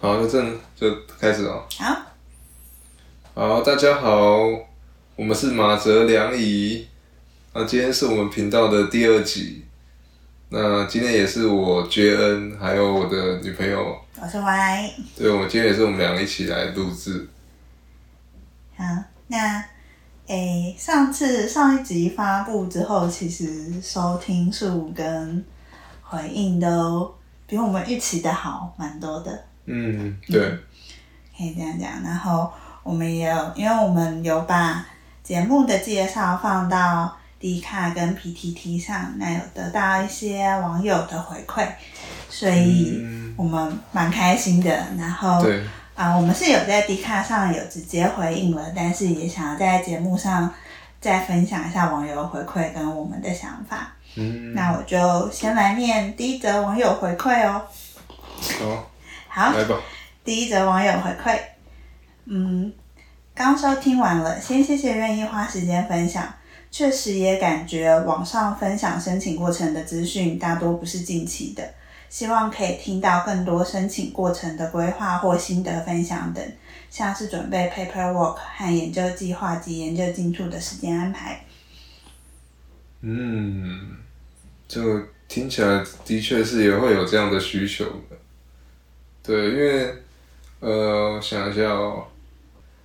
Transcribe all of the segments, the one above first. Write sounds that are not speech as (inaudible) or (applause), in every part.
好，那正就开始哦。好，好，大家好，我们是马哲良仪，那今天是我们频道的第二集。那今天也是我觉恩，还有我的女朋友，我是 Y。对，我们今天也是我们两个一起来录制。好，那诶，上次上一集发布之后，其实收听数跟回应都比我们预期的好蛮多的，嗯，对，可以这样讲。然后我们也有，因为我们有把节目的介绍放到 D 卡跟 PTT 上，那有得到一些网友的回馈，所以嗯，我们蛮开心的。然后对，啊，我们是有在 D 卡上有直接回应了，但是也想要在节目上再分享一下网友的回馈跟我们的想法。嗯，那我就先来念第一则网友回馈哦。好，好，来吧。第一则网友回馈，嗯，刚收听完了，先谢谢愿意花时间分享。确实也感觉网上分享申请过程的资讯大多不是近期的，希望可以听到更多申请过程的规划或心得分享等，像是准备 paperwork 和研究计划及研究进度的时间安排。嗯，就听起来的确是也会有这样的需求的，对，因为呃，我想一下哦，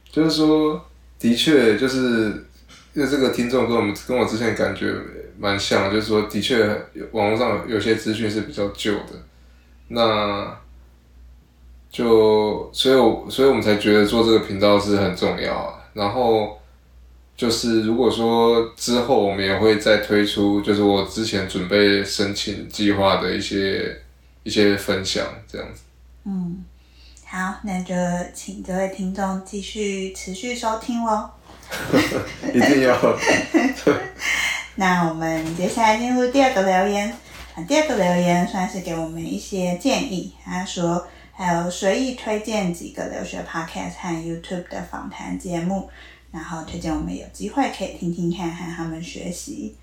就是说，的确就是，因为这个听众跟我们跟我之前感觉蛮像的，就是说，的确网络上有些资讯是比较旧的，那就所以我所以我们才觉得做这个频道是很重要啊，然后。就是如果说之后我们也会再推出，就是我之前准备申请计划的一些一些分享，这样子。嗯，好，那就请这位听众继续持续收听喽。一定要那我们接下来进入第二个留言。啊，第二个留言算是给我们一些建议。他说，还有随意推荐几个留学 podcast 和 YouTube 的访谈节目，然后推荐我们有机会可以听听看，和他们学习。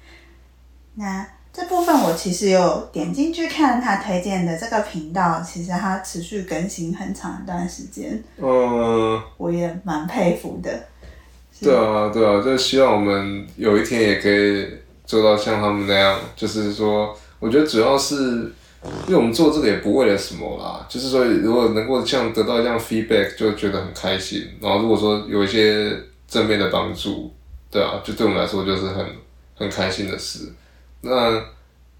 那这部分我其实有点进去看他推荐的这个频道，其实他持续更新很长一段时间，嗯，我也蛮佩服的。对啊，对啊，就希望我们有一天也可以做到像他们那样，就是说，我觉得主要是因为我们做这个也不为了什么啦，就是说，如果能够像得到这样 feedback，就觉得很开心。然后如果说有一些正面的帮助，对啊，就对我们来说就是很很开心的事。那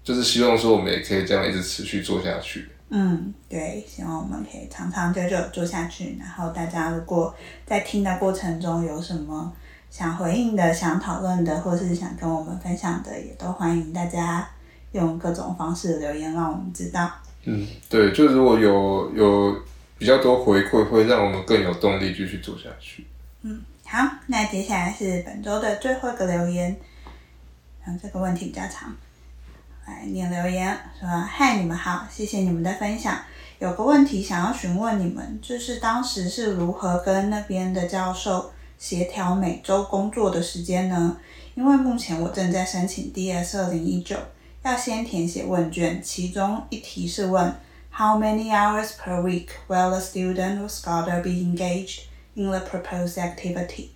就是希望说我们也可以这样一直持续做下去。嗯，对，希望我们可以长长久久地做下去。然后大家如果在听的过程中有什么想回应的、想讨论的，或是想跟我们分享的，也都欢迎大家用各种方式留言，让我们知道。嗯，对，就如果有有比较多回馈，会让我们更有动力继续做下去。好，那接下来是本周的最后一个留言，嗯，这个问题比较长，来念留言说：“嗨，你们好，谢谢你们的分享。有个问题想要询问你们，就是当时是如何跟那边的教授协调每周工作的时间呢？因为目前我正在申请 DS 二零一九，要先填写问卷，其中一题是问 How many hours per week will a student or scholar be engaged？” in the proposed activity。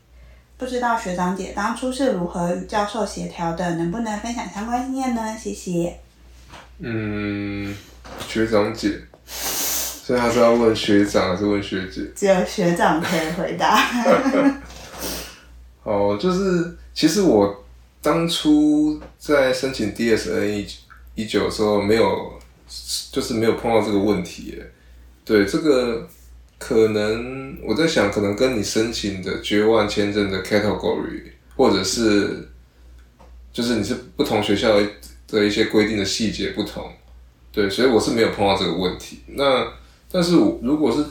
不知道学长姐当初是如何与教授协调的，能不能分享相关经验呢？谢谢。嗯，学长姐，所以他是要问学长还是问学姐？只有学长可以回答。哦，就是其实我当初在申请 DSN E 一九的时候，没有，就是没有碰到这个问题耶。对，这个可能我在想，可能跟你申请的绝万签证的 category，或者是就是你是不同学校的一些规定的细节不同，对，所以我是没有碰到这个问题。那但是我如果是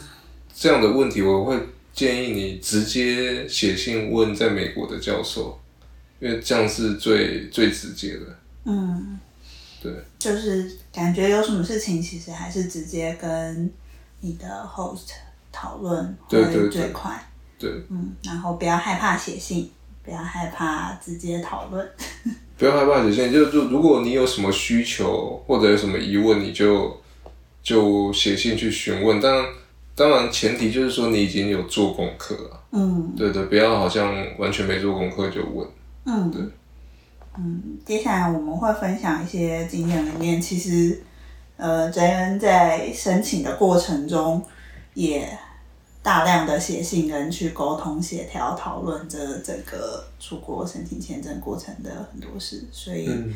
这样的问题，我会建议你直接写信问在美国的教授，因为这样是最最直接的。 (laughs) 嗯，对，就是感觉有什么事情，其实还是直接跟你的 host 讨论对对会对最快。对，嗯，然后不要害怕写信，不要害怕直接讨论。不要害怕写信，就就如果你有什么需求或者有什么疑问，你就就写信去询问。但当然前提就是说你已经有做功课了，嗯对对，不要好像完全没做功课就问。嗯，对嗯，接下来我们会分享一些经验里面，其实呃，J N 在申请的过程中也大量的写信跟去沟通、协调、讨论这整个出国申请签证过程的很多事，所以。嗯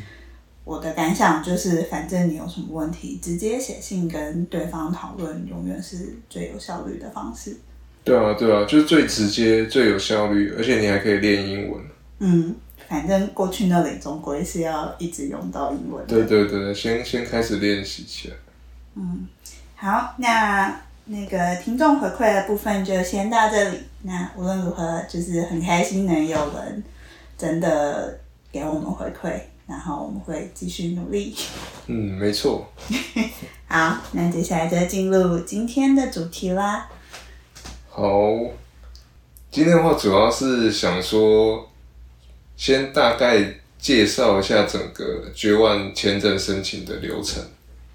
我的感想就是，反正你有什么问题，直接写信跟对方讨论，永远是最有效率的方式。对啊，对啊，就是最直接、最有效率，而且你还可以练英文。嗯，反正过去那里终归是要一直用到英文的。对对对，先先开始练习起来。嗯好，那那个听众回馈的部分就先到这里。那无论如何，就是很开心能有人真的给我们回馈，然后我们会继续努力。嗯，没错。好，那接下来就进入今天的主题啦。好，今天的话主要是想说，先大概介绍一下整个 J One 签证申请的流程，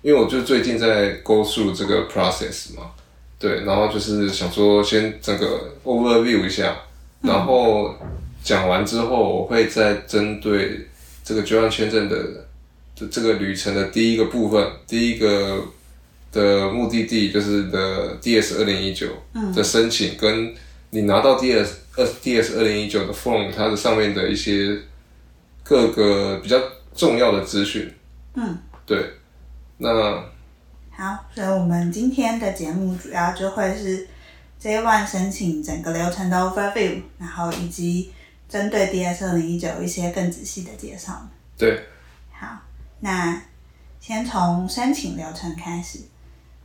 因为我就最近在勾述这个 process 嘛，对，然后就是想说先整个 overview 一下，然后讲完之后，我会再针对这个 J One 签证的这这个旅程的第一个部分，第一个的目的地就是的 DS 二零一九的申请，跟你拿到 DS 二 DS 二零一九的 form，它的上面的一些各个比较重要的资讯。嗯，对。那好，所以我们今天的节目主要就会是 J One 申请整个流程的 overview，然后以及针对 DS 二零一九一些更仔细的介绍。对，好，那先从申请流程开始，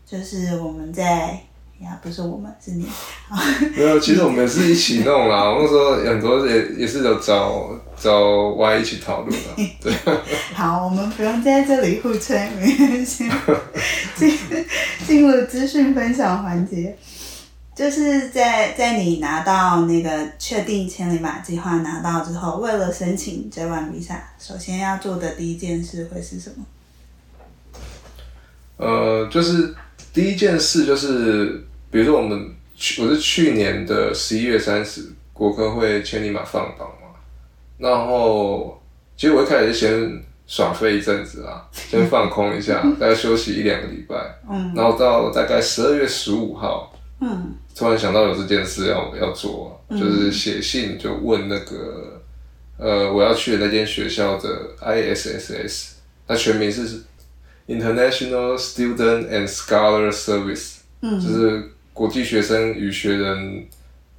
就是我们在呀，不是我们，是你，没有，其实我们是一起弄啦。我那时候很多也也是有找找 Y 一起讨论啦。对，好，我们不用在这里互吹，没关系。进进入资讯分享环节，就是在在你拿到那个确定千里马计划拿到之后，为了申请 J One Visa，首先要做的第一件事会是什么？呃，就是第一件事就是，比如说我们去，我是去年的十一月三十，国科会千里马放榜嘛，然后其实我一开始就先耍废一阵子啊，先放空一 (laughs) 下，大概休息一两个礼拜，嗯然后到大概十二月十五号，嗯突然想到有这件事要要做、啊，就是写信就问那个呃我要去的那间学校的 ISSS，那全名是 International Student and Scholar Service，、就嗯是国际学生与学人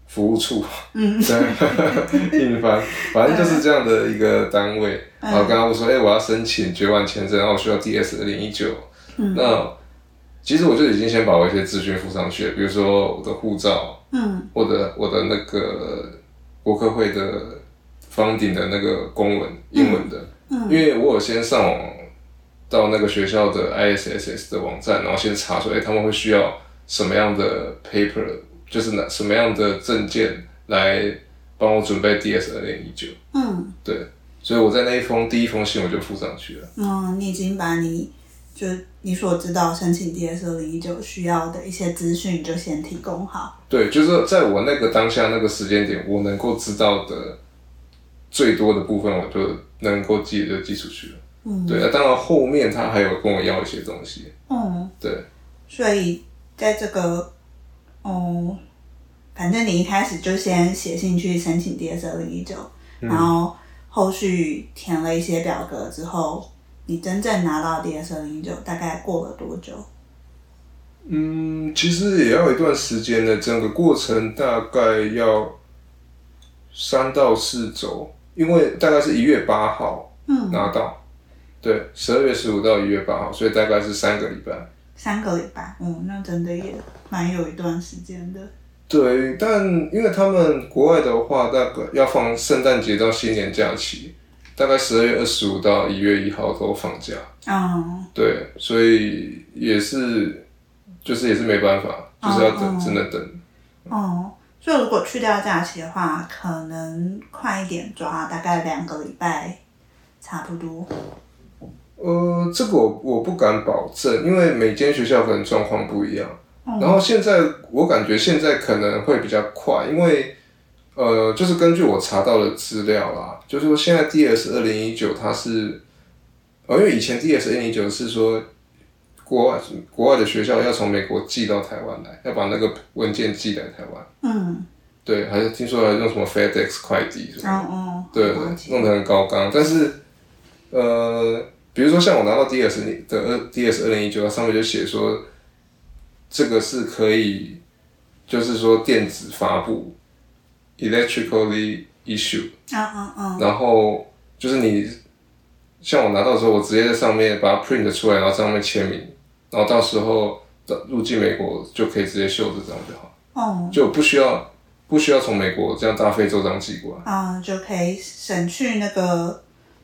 服务处，嗯对，印翻，反正就是这样的一个单位。嗯然后刚刚我说，哎、我要申请绝万签证，然后我需要 DS 二零一九。嗯那其实我就已经先把我一些资讯附上去了，比如说我的护照，嗯我的我的那个国科会的 funding 的那个公文，英文的，嗯因为我有先上网到那个学校的 ISSS 的网站，然后先查说，哎、他们会需要什么样的 paper，就是哪什么样的证件来帮我准备 DS 二零一九，嗯对，所以我在那一封第一封信我就附上去了，嗯，你已经把你就你所知道申请 DS 二零一九需要的一些资讯就先提供好。对，就是在我那个当下那个时间点，我能够知道的最多的部分，我就能够寄就寄出去了。嗯，对，那当然后面他还有跟我要一些东西，嗯，对，所以在这个，哦、反正你一开始就先写信去申请 DS 二零一九，嗯然后后续填了一些表格之后，你真正拿到 DS 二零一九大概过了多久？嗯，其实也要一段时间的，整个过程大概要三到四周，因为大概是一月八号嗯，拿到，对，十二月十五到一月八号，所以大概是三个礼拜。三个礼拜，嗯，那真的也蛮有一段时间的。对，但因为他们国外的话，大概要放圣诞节到新年假期，大概十二月二十五到一月一号都放假。嗯对，所以也是，就是也是没办法，就是要等，哦只能等。哦，所以如果去掉假期的话，可能快一点抓，大概两个礼拜差不多。呃，这个我我不敢保证，因为每间学校可能状况不一样。嗯然后现在我感觉现在可能会比较快，因为呃，就是根据我查到的资料啦，就是说现在 DS 二零一九它是，呃，因为以前 DS 二零一九是说国外国外的学校要从美国寄到台湾来，要把那个文件寄来台湾，嗯，对，还是听说还用什么 FedEx 快递什么的然后哦对，弄得很高纲。但是，呃，比如说像我拿到 DS 的二 DS 二零一九，它上面就写说，这个是可以，就是说电子发布，electrically issue，嗯嗯嗯，然后就是你，像我拿到的时候，我直接在上面把它 print 出来，然后在上面签名，然后到时候到入境美国就可以直接秀这张就好，哦，就不需要不需要从美国这样大费周章寄过来。嗯，就可以省去那个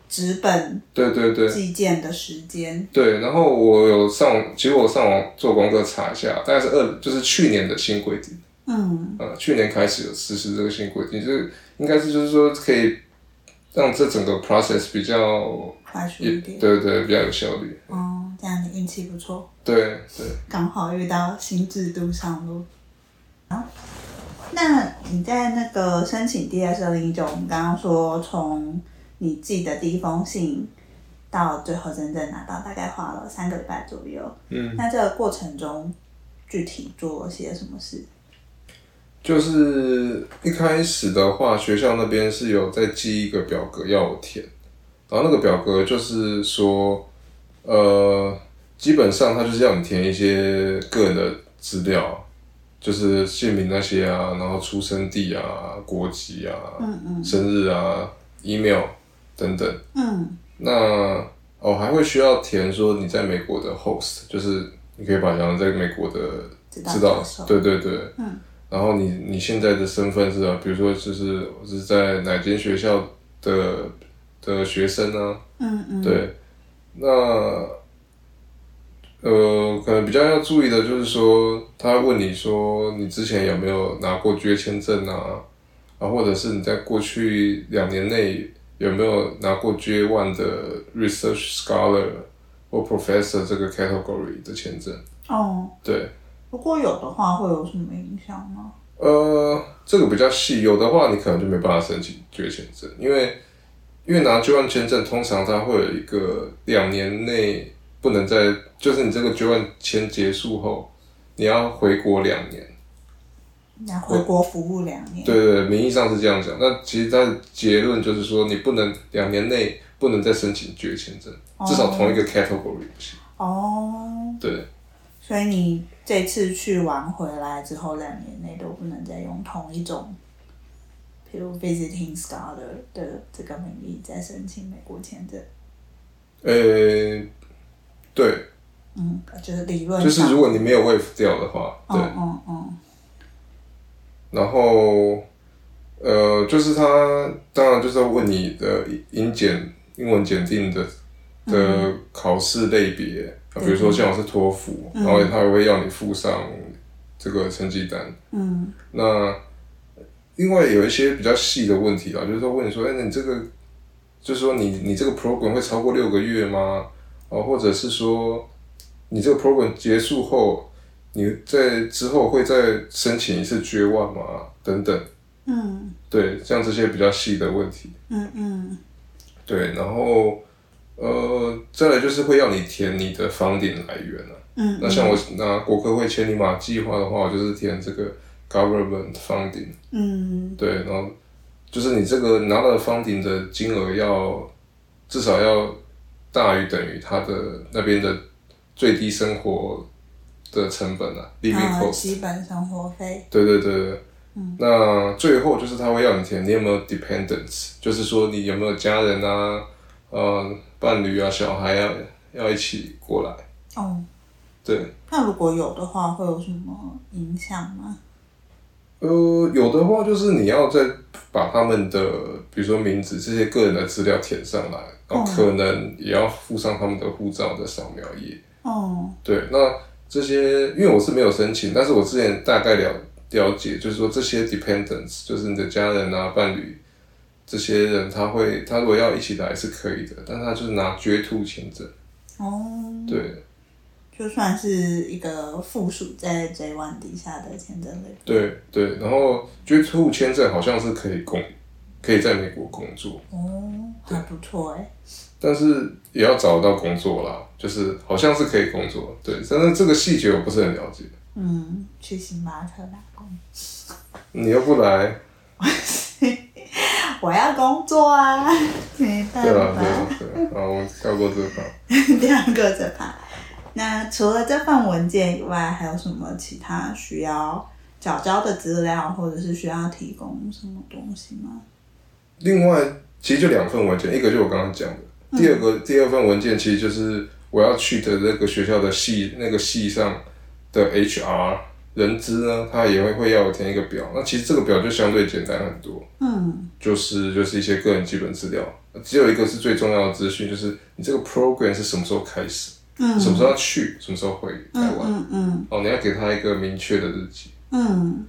纸本对对对。寄件的时间。对，然后我有上网，其实我上网做功课查一下，大概是二，就是去年的新规定，嗯呃，去年开始有实施这个新规定，就是应该是就是说可以让这整个 process 比较，快速也一点。对对，比较有效率，哦，这样你运气不错，对对。刚好遇到新制度上路。好，那你在那个申请 DS 二零一九，我们刚刚说从你寄的第一封信到最后真正拿到，大概花了三个礼拜左右。嗯，那这个过程中具体做了些什么事？就是一开始的话，学校那边是有在寄一个表格要我填，然后那个表格就是说，呃，基本上它就是要你填一些个人的资料，就是姓名那些啊，然后出生地啊、国籍啊、嗯嗯生日啊、email 等等。嗯那哦，还会需要填说你在美国的 host，就是你可以把然后在美国的知道教授对对对，嗯，然后你你现在的身份是啊，比如说就是我是在哪间学校的的学生啊，嗯嗯，对，那呃，可能比较要注意的就是说，他会问你说你之前有没有拿过居留签证啊，啊，或者是你在过去两年内有没有拿过 J One 的 Research Scholar 或 Professor 这个 category 的签证？哦，对，如果有的话，会有什么影响吗？呃，这个比较细，有的话你可能就没办法申请居留签证，因为因为拿 J One 签证，通常它会有一个两年内不能再，就是你这个 J One 签结束后，你要回国两年。那回国服务两年，对对，对名义上是这样讲，那其实它的结论就是说，你不能两年内不能再申请居留签证，至少同一个 category 不行。哦，对所以你这次去玩回来之后，两年内都不能再用同一种，譬如 visiting scholar 的这个名义再申请美国签证。呃，对，嗯，就是理论就上，是如果你没有 waive 掉的话，对，嗯嗯嗯，然后呃，就是他当然就是要问你的英检英文检定的的考试类别，啊比如说像我是托福，然后他也会要你附上这个成绩单。嗯那另外有一些比较细的问题啦，就是说问你说，哎、那你这个，就是说你你这个 program 会超过六个月吗？哦，或者是说你这个 program 结束后，你在之后会再申请一次 J one 吗？等等，嗯对，像这些比较细的问题，嗯嗯，对，然后呃，再来就是会要你填你的房顶来源啊。嗯，那像我拿国科会千里马计划的话，我就是填这个 government funding。嗯对，然后就是你这个拿到的 funding 的金额要至少要大于等于他的那边的最低生活的成本啊，living 啊， cost。基本生活费，对对对对。那最后就是他会要你填你有没有 dependents，就是说你有没有家人啊、呃伴侣啊、小孩啊要一起过来。哦，对，那如果有的话，会有什么影响吗？呃，有的话就是你要再把他们的，比如说名字这些个人的资料填上来，然后可能也要附上他们的护照的扫描页。哦，对，那这些因为我是没有申请，但是我之前大概了了解，就是说这些 dependents，就是你的家人啊、伴侣这些人，他会他如果要一起来是可以的，但他就是拿 J two 签证。哦，对，就算是一个附属在 J1 底下的签证类。对对，然后 J Two 签证好像是可以工，可以在美国工作，哦，还不错哎、但是也要找到工作啦，就是好像是可以工作，对，但是这个细节我不是很了解。嗯，去星巴克打工。你又不来，我要工作 (laughs) 啊，没办对啊啦法。对啦对啦，好，我们跳过这个。 (laughs) 第二个这趴。那除了这份文件以外，还有什么其他需要缴交的资料，或者是需要提供什么东西吗？另外，其实就两份文件，一个就我刚刚讲的，第二个、第二份文件其实就是我要去的那个学校的系那个系上的 HR 人资呢，他也会会要我填一个表。那其实这个表就相对简单很多，嗯就是就是一些个人基本资料，只有一个是最重要的资讯，就是你这个 program 是什么时候开始，嗯什么时候要去，什么时候回台湾。嗯嗯嗯哦，你要给他一个明确的日期。嗯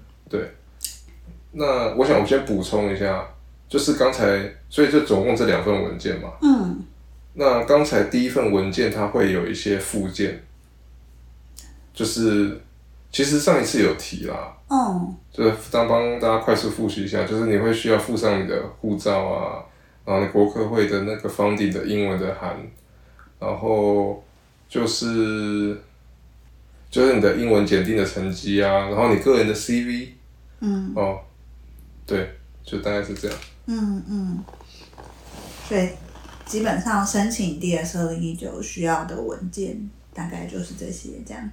那我想我先补充一下，就是刚才，所以就总共这两份文件嘛。嗯，那刚才第一份文件它会有一些附件，就是其实上一次有提啦，哦，就是当帮大家快速复习一下，就是你会需要附上你的护照啊，然后你国科会的那个 funding 的英文的函，然后就是就是你的英文检定的成绩啊，然后你个人的 CV 嗯哦，对，就大概是这样。嗯嗯，所以基本上申请 DS 二零一九需要的文件大概就是这些这样。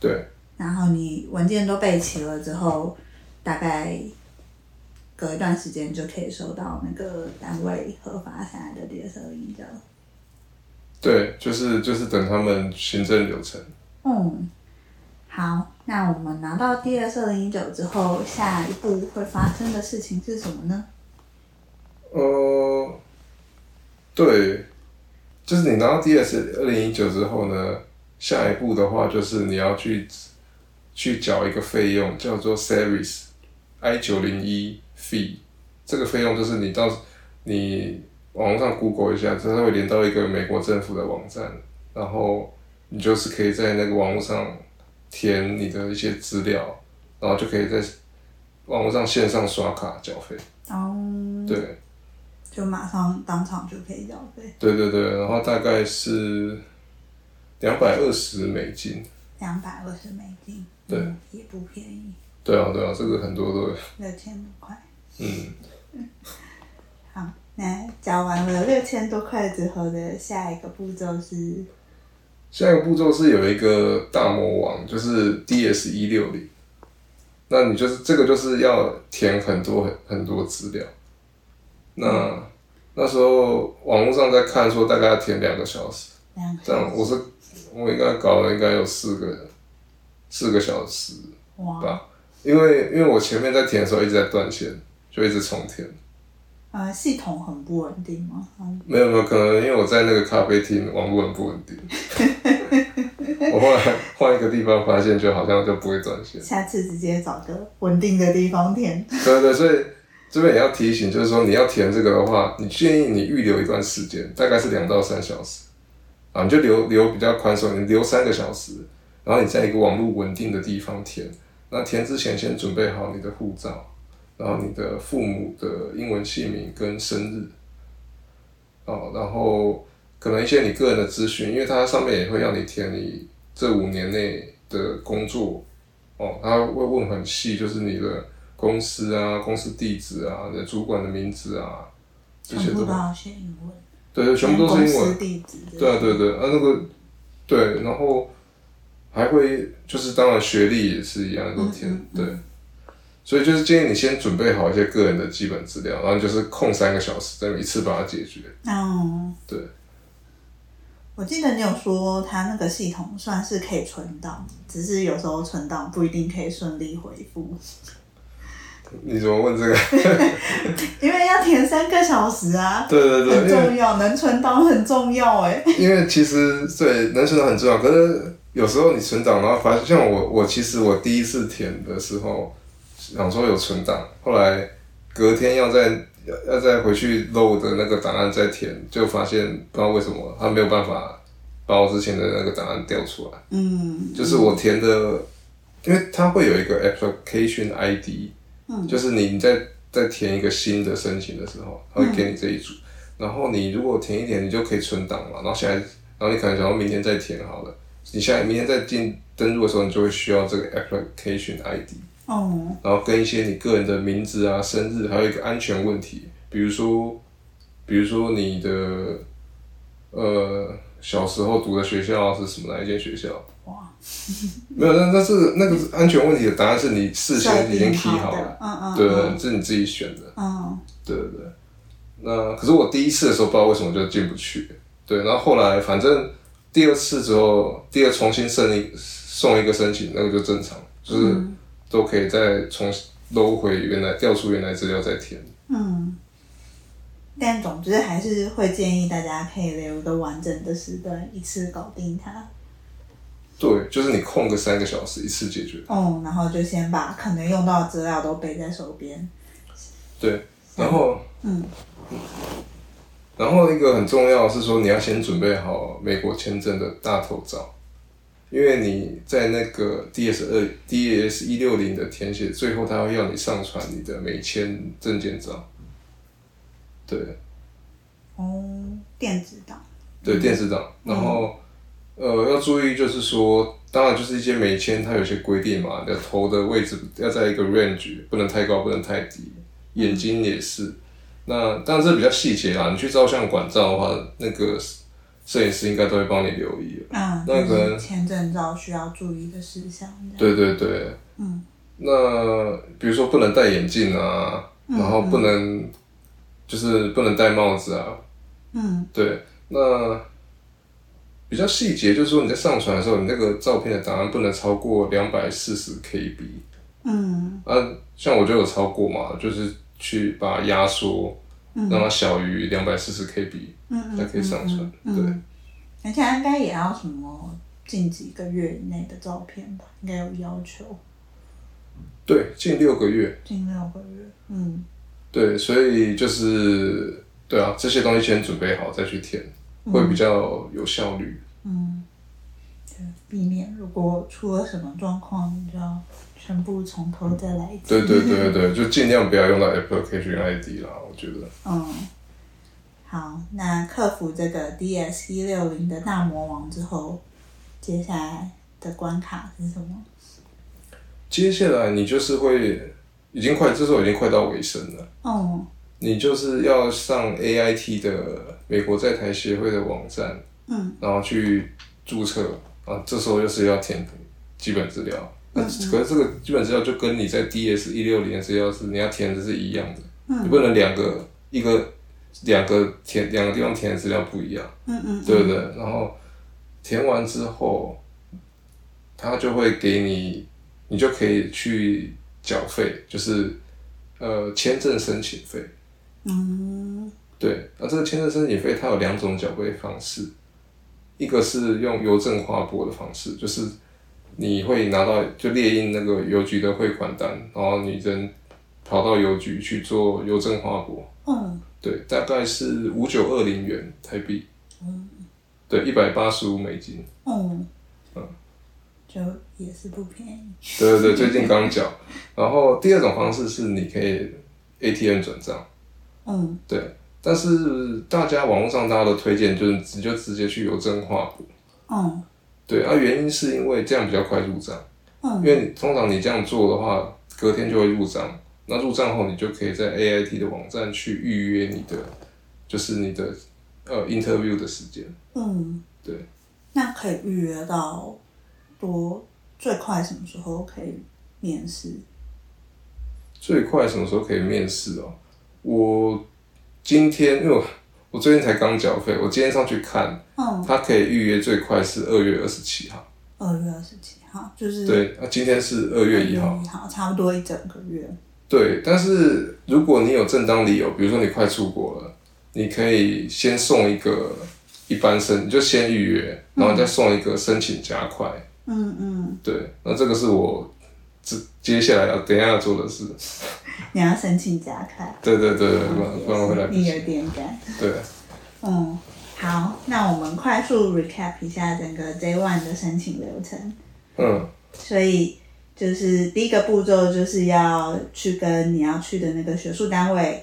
对，然后你文件都备齐了之后，大概隔一段时间就可以收到那个单位核发下来的 DS 二零一九。对，就是就是等他们行政流程。嗯，好，那我们拿到 DS 二零一九之后，下一步会发生的事情是什么呢？呃，对，就是你拿到 DS 二零一九之后呢，下一步的话就是你要去去缴一个费用，叫做 Service I 九零一 fee。这个费用就是你到你网络上 Google 一下，它会连到一个美国政府的网站，然后你就是可以在那个网络上填你的一些资料，然后就可以在网络上线上刷卡缴费。哦，对。就马上当场就可以缴费，对对对，然后大概是两百二十美金。两百二十美金，对嗯，也不便宜，对啊，对啊，这个很多都有六千多块。嗯，好，那缴完了六千多块之后的下一个步骤是，下一个步骤是有一个大魔王，就是 DS 一六零。那你就是这个就是要填很多很很多资料。那那时候网络上在看说大概要填两个小时，两个这样我是我应该搞了应该有四个四个小时，哇，吧，因为因为我前面在填的时候一直在断线，就一直重填。呃，系统很不稳定吗？嗯没有没有，可能因为我在那个咖啡厅网络很不稳定，我后来换一个地方发现，就好像就不会断线。下次直接找个稳定的地方填。对对，所以这边也要提醒，就是说你要填这个的话，你建议你预留一段时间，大概是两到三小时啊，你就留留比较宽松，你留三个小时，然后你在一个网络稳定的地方填。那填之前先准备好你的护照，然后你的父母的英文姓名跟生日，哦，然后可能一些你个人的资讯，因为它上面也会要你填你这五年内的工作，哦，他会问很细，就是你的公司啊、公司地址啊、你的主管的名字啊，这全些部都都要写英文，对对，全部都是英公文司。地址这些对啊，对对，啊那个对，然后还会就是当然学历也是一样都填、嗯嗯对，所以就是建议你先准备好一些个人的基本资料，然后就是空三个小时，再一次把它解决。嗯，对，我记得你有说它那个系统算是可以存档，只是有时候存档不一定可以顺利回复，你怎么问这个？ (laughs) 因为要填三个小时啊，对对很对，因为重要，能存档很重要哎、 (laughs) 因为其实对能存档很重要，可是有时候你存档，然后发现像我，我其实我第一次填的时候想说有存档，后来隔天要再要要再回去漏的那个档案再填，就发现不知道为什么它没有办法把我之前的那个档案调出来，嗯，就是我填的，因为它会有一个 application ID，嗯，就是你在在填一个新的申请的时候，它嗯会给你这一组，然后你如果填一填，你就可以存档嘛，然后现在，然后你可能想要明天再填好了，你现在明天再进登录的时候，你就会需要这个 application ID，哦，然后跟一些你个人的名字啊、生日，还有一个安全问题，比如说，比如说你的呃小时候读的学校是什么哪一间学校？哇，没有，那那是那个是安全问题的答案是你事先已经 key 好的了，，嗯嗯，对，嗯是你自己选的。嗯对对对。那可是我第一次的时候不知道为什么就进不去，对，然后后来反正第二次之后，第二重新申一送一个申请，那个就正常，就是都可以再重新搂回原来调出原来资料再填。嗯。但总之还是会建议大家可以留一个完整的时段，一次搞定它。对，就是你空个三个小时一次解决。哦，然后就先把可能用到的资料都背在手边。对，然后嗯，然后一个很重要的是说，你要先准备好美国签证的大头照，因为你在那个 DS 二 DS 一六零的填写，最后他会要你上传你的美签证件照，对哦，电子档。对，电子档。然后、嗯呃，要注意就是说，当然就是一些美签它有些规定嘛，你的头的位置要在一个 range，不能太高，不能太低，眼睛也是。那当然这比较细节啦，你去照相馆照的话，那个摄影师应该都会帮你留意了。嗯，那就个是签证照需要注意的事项。这对样，对对，嗯，那比如说不能戴眼镜啊，嗯然后不能、就是不能戴帽子啊，嗯对，那比较细节就是说你在上传的时候，你那个照片的档案不能超过两百四十 KB 嗯啊，像我就有超过嘛，就是去把它压缩，嗯让它小于两百四十 KB 嗯，才可以上传。嗯对，嗯而且应该也要什么近几个月以内的照片吧？应该有要求，对，近六个月，近六个月。嗯对，所以就是对啊，这些东西先准备好再去填，会比较有效率。嗯，就避免如果出了什么状况，你就要全部从头再来一次。对对对 (laughs) 对，就尽量不要用到 application ID 啦，我觉得。嗯，好，那克服这个 DS 一六零的大魔王之后，接下来的关卡是什么？接下来你就是会，已经快，这时候已经快到尾声了。哦，你就是要上 AIT 的美国在台协会的网站，嗯然后去注册啊。这时候就是要填基本资料。那、可是这个基本资料就跟你在 DS 一六零的资料是你要填的是一样的，你嗯不能两个一个两个填两个地方填的资料不一样。嗯嗯，对不对？然后填完之后，他就会给你，你就可以去缴费，就是呃签证申请费。嗯对，那这个签证申请费它有两种缴费方式，一个是用邮政划拨的方式，就是你会拿到就列印那个邮局的汇款单，然后你人跑到邮局去做邮政划拨。嗯对，大概是五九二零元台币，对，一百八十五美金。嗯，就也是不便宜。对对对，最近刚缴。然后第二种方式是你可以 ATM 转账，嗯对。但是大家网络上大家的推荐就是你就直接去邮政划拨，嗯对啊，原因是因为这样比较快入账，因嗯为你通常你这样做的话，隔天就会入账。那入账后，你就可以在 AIT 的网站去预约你的，就是你的呃 interview 的时间。嗯，对，那可以预约到多最快什么时候可以面试？最快什么时候可以面试哦？我今天因为我我最近才刚缴费，我今天上去看，嗯，它可以预约最快是二月二十七号，二月二十七号，就是对，那今天是二月一号，一号，差不多一整个月。对。但是如果你有正当理由，比如说你快出国了，你可以先送一个一般申，你就先预约，然后再送一个申请加快，嗯嗯，对。那这个是我接接下来要等一下要做的事，你要申请加开。啊嗯对对对对，不然不然会来不你有及，点赶。对。嗯，好，那我们快速 recap 一下整个 J One 的申请流程。嗯所以就是第一个步骤就是要去跟你要去的那个学术单位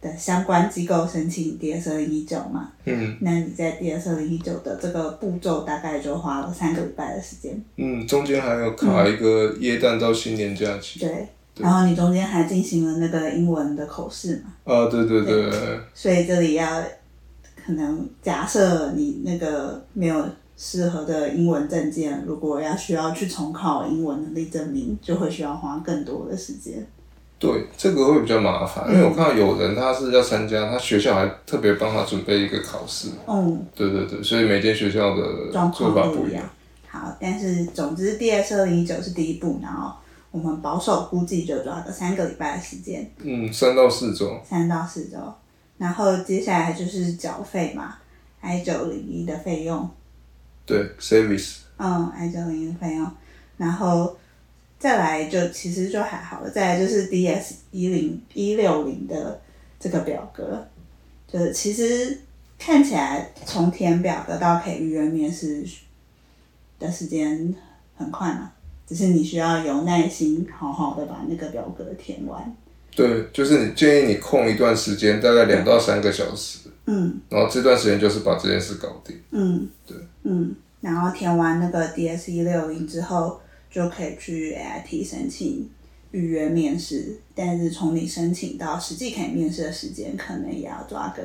的相关机构申请 DS 二零一九嘛。嗯那你在 DS 二零一九的这个步骤大概就花了三个礼拜的时间。嗯，中间还有卡嗯一个耶诞到新年假期。对，对然后你中间还进行了那个英文的口试嘛，啊，对对对，所以这里要可能假设你那个没有适合的英文证件，如果要需要去重考英文能力证明，就会需要花更多的时间。对，这个会比较麻嗯烦，因为我看到有人他是要参加，他学校还特别帮他准备一个考试。嗯，对对对，所以每间学校的状做况法不不一一样样。。好，但是总之 DS 二零一九是第一步，然后我们保守估计就抓个三个礼拜的时间，嗯，三到四周。三到四周。然后接下来就是缴费嘛，I 九零一的费用，对，service。嗯，I 九零一的费用，然后再来就其实就还好了，再来就是 DS 一零一六零的这个表格，就是其实看起来从填表格到可以预约面试的时间很快嘛，只是你需要有耐心，好好的把那个表格填完。对，就是你建议你空一段时间，大概两到三个小时，嗯然后这段时间就是把这件事搞定。嗯，对，嗯，然后填完那个 DS 一六零之后，就可以去 AIT 申请预约面试，但是从你申请到实际可以面试的时间，可能也要抓个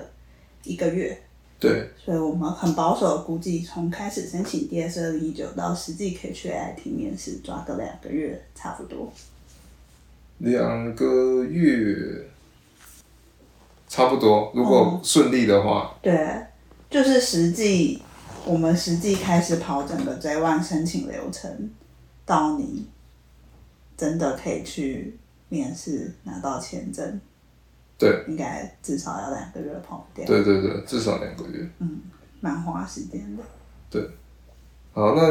一个月。对，所以我们很保守的估计，从开始申请 E DS 二零一九到实际可以去 AIT 面试，抓个两个月差不多。两个月差不多，如哦果顺利的话，对，就是实际我们实际开始跑整个 J One 申请流程，到你真的可以去面试拿到签证，对，应该至少要两个月跑不掉，对对对，至少两个月。蛮花时间的。好，那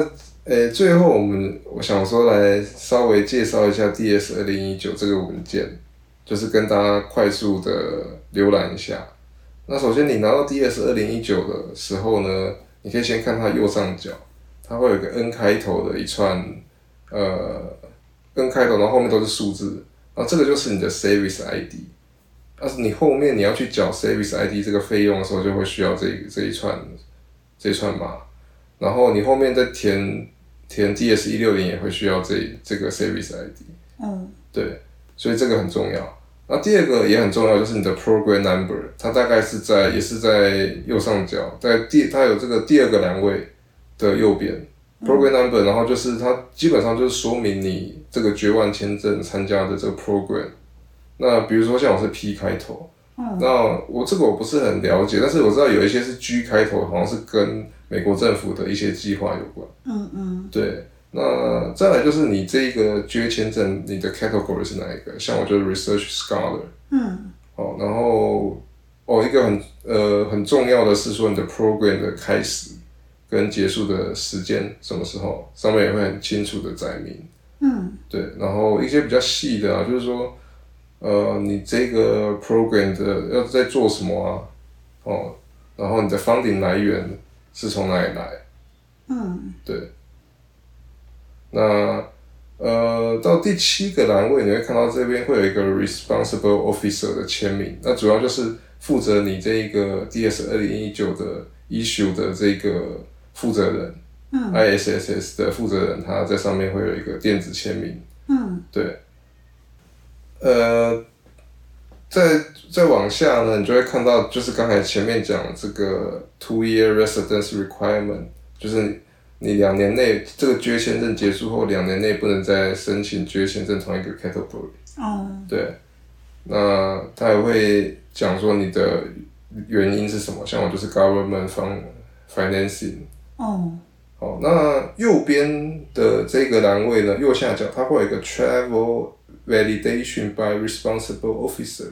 呃，最后我们我想说来稍微介绍一下 DS 二零一九这个文件，就是跟大家快速的浏览一下。那首先你拿到 DS 二零一九的时候呢，你可以先看它右上角，它会有个 N 开头的一串呃 N 开头，然后后面都是数字，然后这个就是你的 Service ID。但是你后面你要去缴 Service ID 这个费用的时候，就会需要这一这一串这一串码。然后你后面再填填 DS 一六零也会需要这这个 Service ID，嗯对，所以这个很重要。那第二个也很重要，就是你的 Program Number，它大概是在也是在右上角，在第它有这个第二个栏位的右边 Program Number，然后就是它基本上就是说明你这个绝万签证参加的这个 Program。那比如说像我是 P 开头，嗯那我这个我不是很了解，但是我知道有一些是 G 开头，好像是跟美国政府的一些计划有关。嗯嗯对，那再来就是你这个 G 签证，你的 category 是哪一个？像我就是 research scholar 嗯哦，然后哦一个很呃很重要的是说你的 program 的开始跟结束的时间什么时候，上面也会很清楚的载明。嗯对，然后一些比较细的啊，就是说，呃，你这个 program 的要在做什么啊？哦，然后你的 funding 来源是从哪里来？嗯对，那呃，到第七个栏位，你会看到这边会有一个 responsible officer 的签名，那主要就是负责你这个 DS 二零一九的 issue 的这个负责人嗯，ISSS 的负责人，他在上面会有一个电子签名。嗯对，呃，再再往下呢，你就会看到，就是刚才前面讲这个 two year residence requirement，就是你两年内这个居签证结束后，两年内不能再申请居签证同一个 category。嗯对，那他也会讲说你的原因是什么，像我就是 government fund financing，嗯好，那右边的这个栏位呢，右下角它会有一个 Travel Validation by Responsible Officer。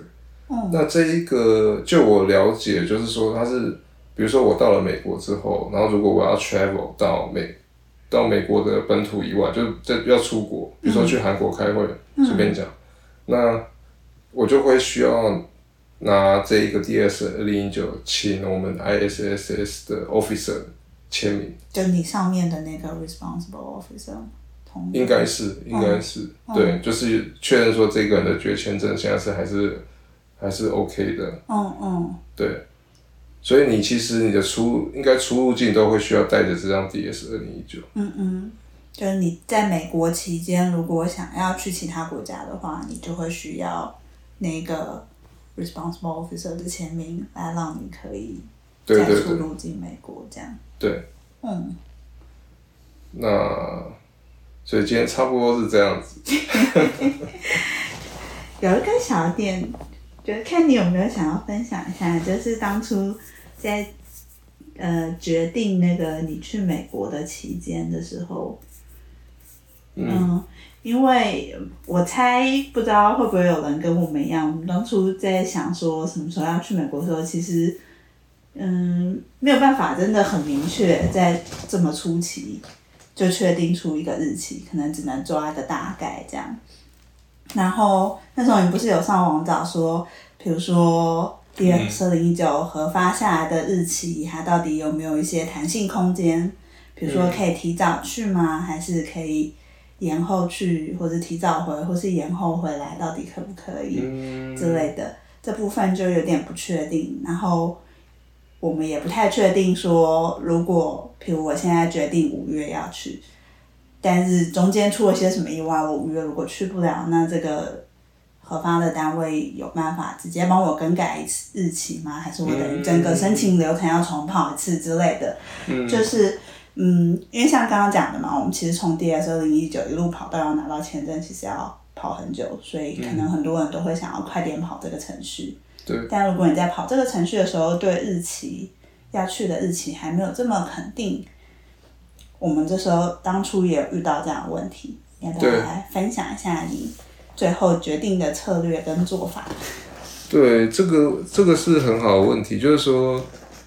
嗯那这一个，就我了解，就是说它是，比如说我到了美国之后，然后如果我要 travel 到美到美国的本土以外，就是这要出国，比如说去韩国开会，随、便讲，那我就会需要那这一个 DS 二零一 E 九，请我们 ISSS 的 officer 签名，就你上面的那个 responsible officer 同应该哦是，应该是，嗯对，就是确认说这个人的拒绝签证现在是还是还是 OK 的，嗯嗯对。所以你其实你的出应该出入境都会需要带着这张 DS 二零一九，嗯嗯，就是你在美国期间，如果想要去其他国家的话，你就会需要那个 responsible officer 的签名来让你可以对再对出对入境美国这样。对。嗯，那所以今天差不多是这样子，有一个小点，就是看你有没有想要分享一下，就是当初在呃决定那个你去美国的期间的时候，嗯，嗯，因为我猜不知道会不会有人跟我们一样，我们当初在想说什么时候要去美国的时候，其实嗯没有办法真的很明确在这么初期就确定出一个日期，可能只能抓一个大概这样。然后那时候你不是有上网找说，比如说 D X 二零一九核发下来的日期，它到底有没有一些弹性空间？比如说可以提早去吗？还是可以延后去，或者提早回，或是延后回来，到底可不可以？嗯之类的，这部分就有点不确定。然后我们也不太确定说，如果譬如我现在决定五月要去，但是中间出了些什么意外，我五月如果去不了，那这个核发的单位有办法直接帮我更改一次日期吗？还是我等于整个申请流程要重跑一次之类的？嗯就是嗯，因为像刚刚讲的嘛，我们其实从 DS 二零一九一路跑到要拿到签证，其实要跑很久，所以可能很多人都会想要快点跑这个程序。对但如果你在跑这个程序的时候，对日期要去的日期还没有这么肯定，我们这时候当初也有遇到这样的问题，你要不要对来分享一下你最后决定的策略跟做法？对，这个这个是很好的问题，就是说，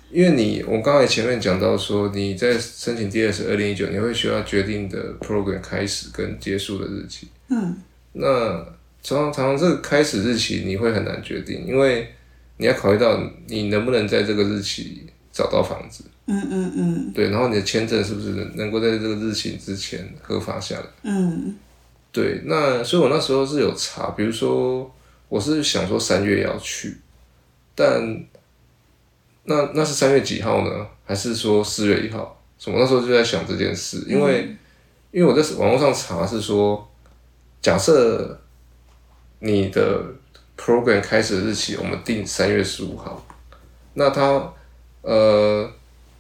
因为你我刚才前面讲到说，你在申请 DS 二零一九，你会需要决定的 program 开始跟结束的日期。嗯那常常常这个开始日期你会很难决定，因为你要考虑到你能不能在这个日期找到房子，嗯嗯嗯对，然后你的签证是不是能能够在这个日期之前核发下来。嗯对，那所以我那时候是有查，比如说我是想说三月要去，但那那是三月几号呢？还是说四月一号？什么？那时候就在想这件事，因为、因为我在网络上查是说，假设你的 program 开始的日期我们定三月十五号，那它呃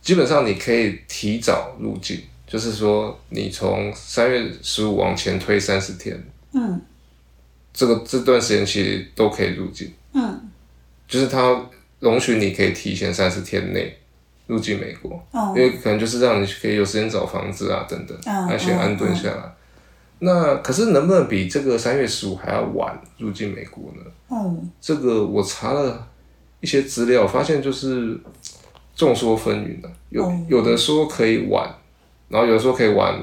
基本上你可以提早入境，就是说你从三月十五往前推三十天，嗯这个这段时间其实都可以入境，嗯就是它容许你可以提前三十天内入境美国。哦因为可能就是让你可以有时间找房子啊等等，嗯那先安顿下来。那可是能不能比这个三月十五还要晚入境美国呢？哦这个我查了一些资料，发现就是众说纷纭的、有、哦有的说可以晚，然后有的说可以晚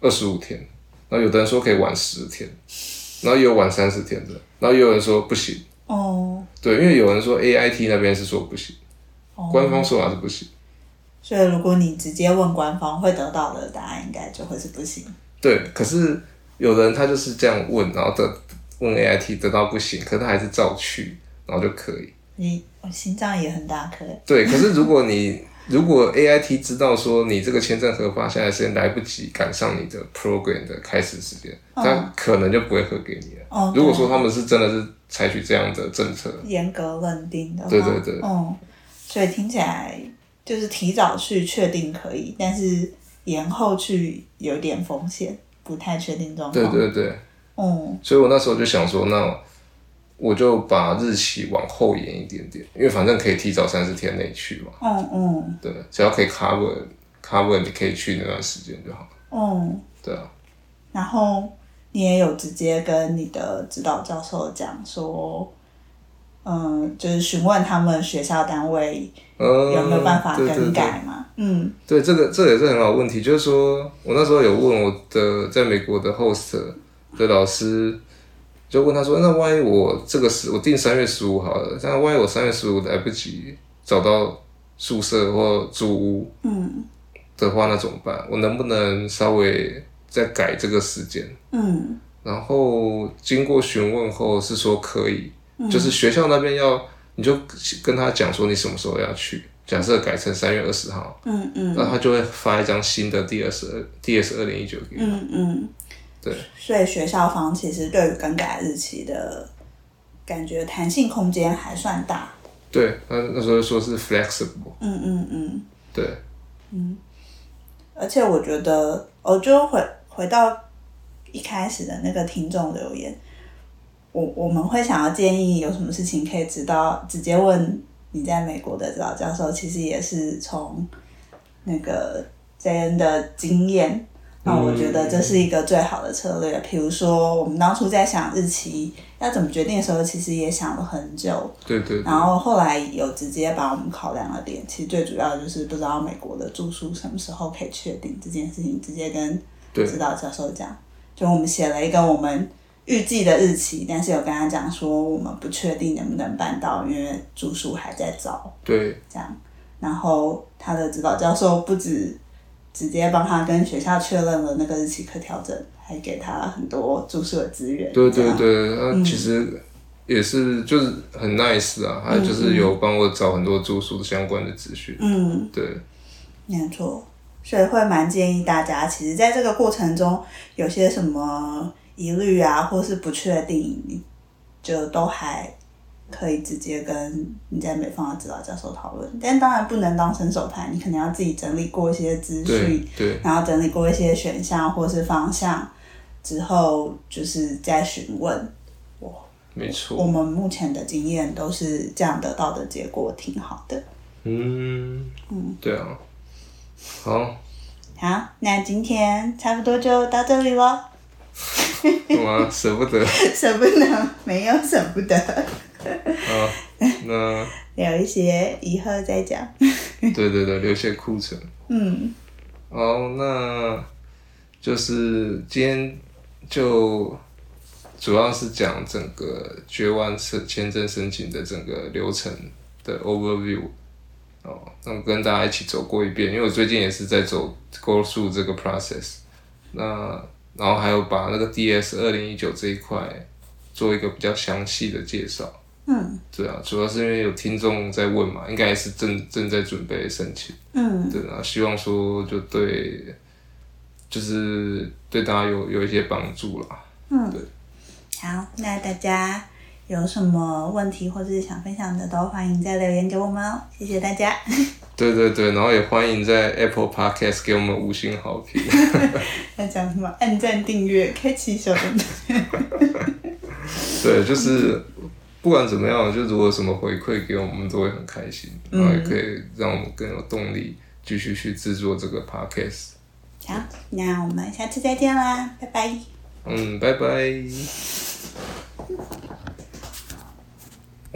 二十五天，然后有的人说可以晚十天，然后也有晚三十天的，然后也有人说不行。哦对，因为有人说 A I T 那边是说不行，哦，官方说法是不行。所以，如果你直接问官方，会得到的答案应该就会是不行。对，可是有人他就是这样问，然后得问 AIT 得到不行，可他还是照去，然后就可以。你我心脏也很大颗，对，可是如果你如果 AIT 知道说你这个签证核发下来时间来不及赶上你的 program 的开始时间，他可能就不会核给你了。哦如果说他们是真的是采取这样的政策，严格认定的话，对对对嗯，所以听起来就是提早去确定可以，但是延后去有点风险，不太确定状对况。，对对，嗯所以我那时候就想说，那我就把日期往后延一点点，因为反正可以提早三十天内去嘛。嗯嗯对，只要可以 cover cover，你可以去那段时间就好。嗯，对啊，然后你也有直接跟你的指导教授讲说，嗯，就是询问他们学校单位嗯，有没有办法对更改嘛？嗯。对对对，这个这个也是很好的问题，就是说我那时候有问我的在美国的 host 的老师，就问他说：“那万一我这个是我定三月十五好了，但万一我三月十五来不及找到宿舍或租屋嗯的话，那怎么办？我能不能稍微再改这个时间？”嗯然后经过询问后是说可以，嗯，就是学校那边要你就跟他讲说你什么时候要去，假设改成三月二十号，嗯嗯那他就会发一张新的 D S 二 D S 二零一九给你。嗯嗯，对，所以学校方其实对于更改日期的感觉弹性空间还算大。对，那那时候说是 flexible，嗯嗯嗯，对，而且我觉得，我就回回到一开始的那个听众留言，我我们会想要建议有什么事情可以指导，直接问你在美国的指导教授，其实也是从那个 JN 的经验。那我觉得这是一个最好的策略。比如说，我们当初在想日期要怎么决定的时候，其实也想了很久。对对对然后后来有直接把我们考量的点，其实最主要就是不知道美国的住宿什么时候可以确定这件事情，直接跟对指导教授讲，就我们写了一个我们预计的日期，但是有跟他讲说我们不确定能不能办到，因为住宿还在找对这样。然后他的指导教授不止直接帮他跟学校确认了那个日期可调整，还给他很多住宿的资源。对这对样对，那其实也是就是很 nice 啊，还有就是有帮我找很多住宿相关的资讯。嗯。对没错，所以会蛮建议大家，其实在这个过程中有些什么疑虑啊，或是不确定，你就都还可以直接跟你在美方的指导教授讨论。但当然不能当伸手牌，你可能要自己整理过一些资对讯，对然后整理过一些选项或是方向之后，就是再询问。没我错。们目前的经验都是这样得到的结果，挺好的。嗯对啊。好，好，那今天差不多就到这里喽。干嘛舍不得？ (laughs) 舍不得，没有舍不得，啊，那留一些以后再讲。对对对，留些库存。嗯，好，那就是今天就主要是讲整个绝望申签证申请的整个流程的 overview。哦，那我跟大家一起走过一遍，因为我最近也是在走 go through 这个 process。那然后还有把那个 DS 二零一九这一块做一个比较详细的介绍。嗯对啊，主要是因为有听众在问嘛，应该也是正正在准备申请。嗯对啊，希望说就对，就是对大家有有一些帮助啦。嗯对，好，那大家有什么问题或者是想分享的，都欢迎在留言给我们哦。谢谢大 (laughs) 家，对对对，然后也欢迎在 Apple Podcast 给我们五星好评。要讲什么？按赞、订阅、开启小铃铛。对，就是不管怎么样，就如果有什么回馈给我们，我们都会很开心，然后也可以让我们更有动力继续去制作这个 Podcast。好，那我们下次再见啦，拜拜。嗯，拜拜。